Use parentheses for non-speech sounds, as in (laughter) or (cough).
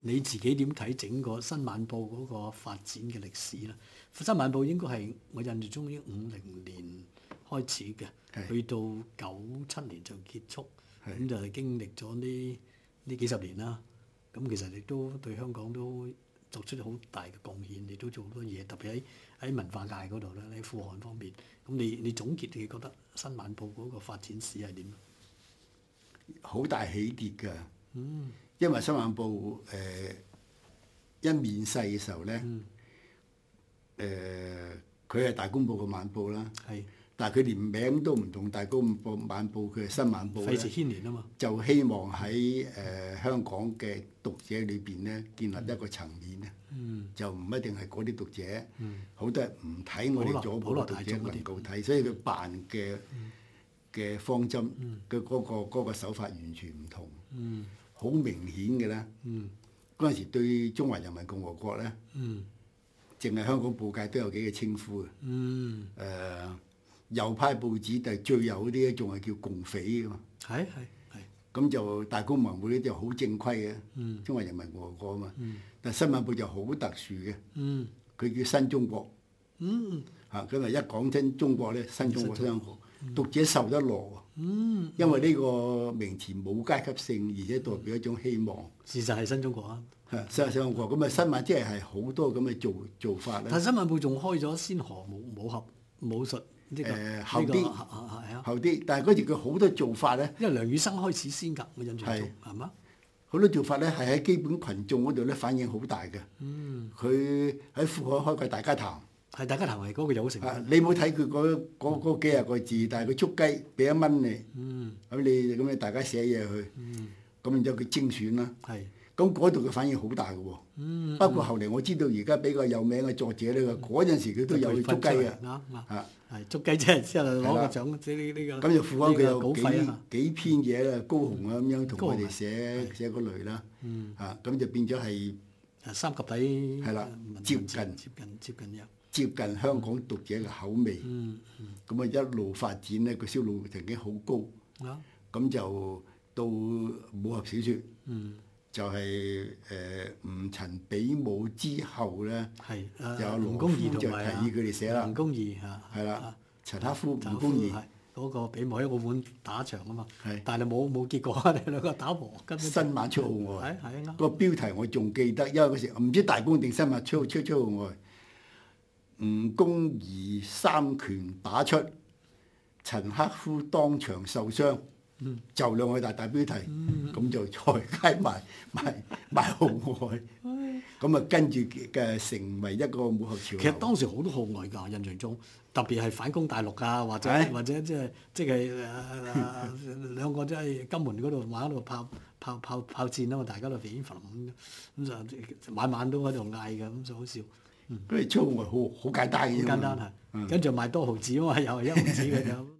你自己點睇整個新晚報嗰個發展嘅歷史咧？新晚報應該係我印象中已經五零年開始嘅，係去到九七年就結束，係咁就係經歷咗呢呢幾十年啦。咁其實亦都對香港都作出好大嘅貢獻，亦都做好多嘢，特別喺喺文化界嗰度咧，喺富漢方面。咁你你總結你覺得新晚報嗰個發展史係點？好大起跌㗎。因為新聞部誒、一面世嘅時候咧，嗯誒佢係大公報嘅晚報啦，係但係佢連名都唔同大公報晚報，佢係新晚報費事咧，牽連啊嘛。就希望喺誒、香港嘅讀者裏邊咧建立一個層面咧，就唔一定係嗰啲讀者，好、多人唔睇我哋左普報羅嘅讀大者眾嗰啲能夠睇，所以佢辦嘅嘅方針嘅嗰、個嗰個手法完全唔同。嗯好明顯嘅咧。嗯嗰陣時對中華人民共和國咧，嗯淨係香港報界都有幾個稱呼嘅。誒、嗯，右派報紙就最右嗰啲仲係叫共匪嘅嘛。係係係。咁就大公文會呢就好正規嘅，嗯中華人民共和國啊嘛。但新聞部就好特殊嘅，嗯佢叫新中國嗯嚇。咁啊，一講真中國咧，新中國新中國，讀者受得落嗯，喎，因為呢個名詞冇階級性，而且代表一種希望。事實係新中國啊。係新新中國咁啊，新聞即係係好多咁嘅做做法咧但。新聞部仲開咗先河武武俠武術呢個誒呢個後啲係係係啊，後啲，但係嗰時佢好多做法咧，因為梁羽生開始先㗎，我印象中係係嘛？好多做法咧係喺基本群眾嗰度咧反應好大嘅。嗯，佢喺富海開個大家談，係大家頭係嗰個有成啊，你冇睇佢嗰嗰嗰幾廿個字，但係佢捉雞俾一蚊你，嗯咁你咁你大家寫嘢去，嗯咁然之後佢精選啦。係咁嗰度嘅反應好大嘅喎。嗯，包括後嚟我知道而家比較有名嘅作者咧，嗰陣時佢都有去捉雞嘅。啱啱啊係捉雞即係之後攞係個啦獎，即係呢呢個咁就富安佢呢個稿有費啊嘛。幾幾篇嘢啦，高雄啊咁樣同高我雄哋啊寫寫嗰類啦嗯，嚇咁就變咗係誒三及底係啦文文接字近接近接近一樣。接近香港讀者嘅口味，嗯咁啊一路發展咧，個銷路曾經好高，啊咁就到武俠小説嗯就係誒吳陳比武之後咧，係啊就誒有吳羅公夫義就提同埋啊議佢哋寫啦吳，公義嚇係啦，啊陳克夫、吳就公義係嗰個比武喺澳門打場啊嘛係，但係冇冇結果， (laughs) 你兩個打和根本就新晚出號外係。係啱啊個標題我仲記得，因為嗰時唔知大公定新聞出出出外，吳公儀三拳打出，陳克夫當場受傷，就兩個大大標題，咁、就在街埋埋埋號外，咁啊跟住嘅成為一個武其學實潮流。當時好多號外㗎，印象中特別係反攻大陸啊，或者係或者即係即係誒兩個即係金門嗰度玩喺度炮炮炮炮戰啊嘛，大家都片咁咁就晚晚都喺度嗌嘅，咁就好笑，佢哋出號外好好簡單好嘅啫嘛嗯簡單係，跟住賣多毫子啊嘛，又係一毫子嘅就。